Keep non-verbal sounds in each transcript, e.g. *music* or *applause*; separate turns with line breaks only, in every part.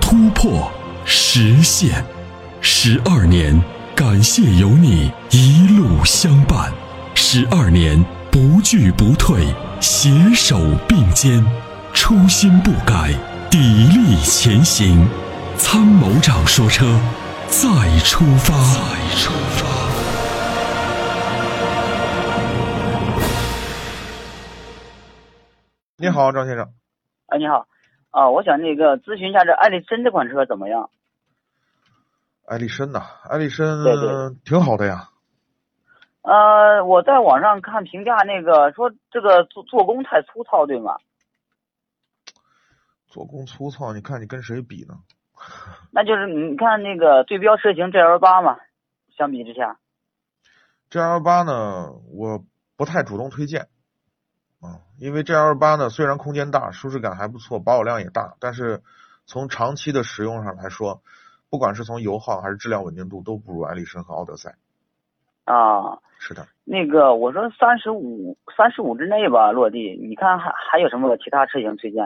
突破、实现，十二年，感谢有你一路相伴，十二年不惧不退，携手并肩，初心不改，砥砺前行。”参谋长说：“车，再出发。”再出发。
你好，赵先生。
啊，你好，啊，我想那个咨询一下这艾力绅这款车怎么样？
艾力绅呐，艾力绅
对对
挺好的呀。
呃，我在网上看评价那个说这个做做工太粗糙，对吗？
做工粗糙，你看你跟谁比呢？
那就是你看那个对标车型 GL 八嘛，相比之下，
GL 八呢，我不太主动推荐啊，因为 GL 八呢虽然空间大，舒适感还不错，保有量也大，但是从长期的使用上来说，不管是从油耗还是质量稳定度，都不如艾力绅和奥德赛。
啊，
是的，
那个我说三十五三十五之内吧落地，你看还还有什么其他车型推荐？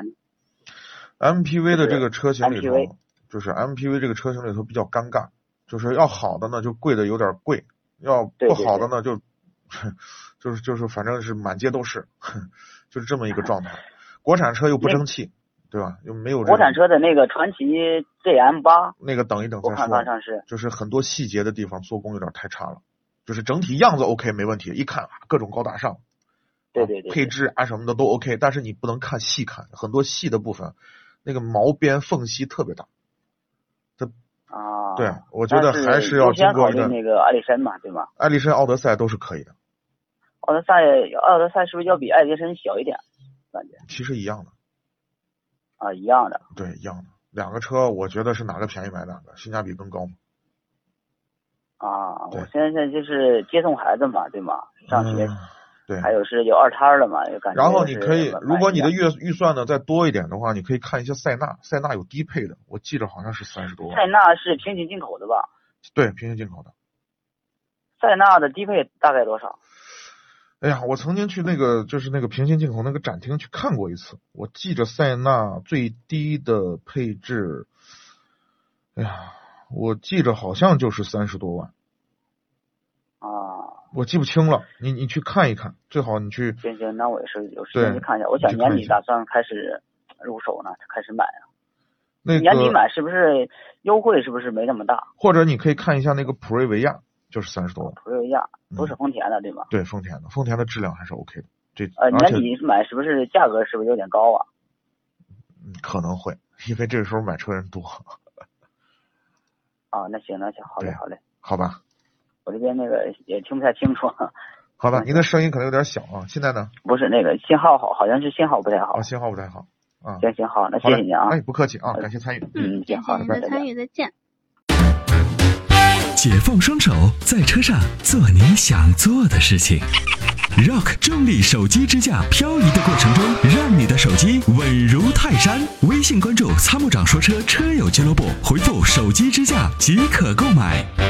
MPV 的
就是
这个车型里
MPV
头，就是 MPV 这个车型里头比较尴尬，就是要好的呢就贵的有点贵，要
对
不
对
好的呢就 *laughs* 就是就是反正是满街都是， *laughs* 就是这么一个状态。国产车又不
那
争气，对吧？又没有这
国产
种
车的那个传祺 GM 八，
那个等一等
我
再
看它
说，
上市
就是很多细节的地方做工有点太差了，就是整体样子 OK 没问题，一看啊各种高大上，
对
啊
对对
配置啊什么的都 OK，但是你不能看细看，很多细的部分那个毛边缝隙特别大。
啊。
对，我觉得
但
还
是
是要
优
经
先
过
考
一
虑
个
那个艾力绅嘛，对吗？
艾力绅、奥德赛都是可以的，
奥德赛奥德赛是不是要比艾力绅小一点？感觉
其实一样的，
啊，一样的。
对，一样的。两个车，我觉得是哪个便宜买哪个，性价比更高嘛。
啊，
对
我现在就是接送孩子嘛，对吗？上学，
嗯对。
还有是有二胎了嘛，有感觉。
然后你可以，如果你的
预
预预算呢再多一点的话，你可以看一些塞纳，塞纳有低配的，我记着好像是三十多万，
塞纳是平行进口的吧？
对，平行进口的。
塞纳的低配大概多少？
哎呀，我曾经去那个就是那个平行进口那个展厅去看过一次，我记着塞纳最低的配置，哎呀，我记着好像就是三十多万。
啊，
我记不清了，你你去看一看，最好你去。
行行，那我也是有时
对
间去看一下。我想
你去看
年
一
底
下
打算开始入手呢，开始买啊。
那个，
年底买是不是优惠是不是没那么大？
或者你可以看一下那个普锐维亚，就是三十多万，
普锐维亚都是
嗯
丰田的，对吗？
对，丰田的，丰田的质量还是 OK 的，这
呃，
而
年
且、
底买是不是价格是不是有点高啊？
嗯可能会，因为这个时候买车人多，
啊，那行那行，好嘞
对
好嘞，
好吧，
我这边那个也听不太清楚，
好吧，
嗯
您的声音可能有点小啊，现在呢，
不是那个信号好，好像是信号不太好
哦，。信号不太好啊，
行行好，那
好嘞
谢谢您啊。
哎，不客气啊，感谢参与，
嗯，行，好，
感
拜
谢您的
拜。
参与，再见。
解放双手，在车上做你想做的事情。Rock 重力手机支架漂移的过程中，让你的手机稳如泰山。微信关注“参谋长说车”车友俱乐部，回复“手机支架”即可购买。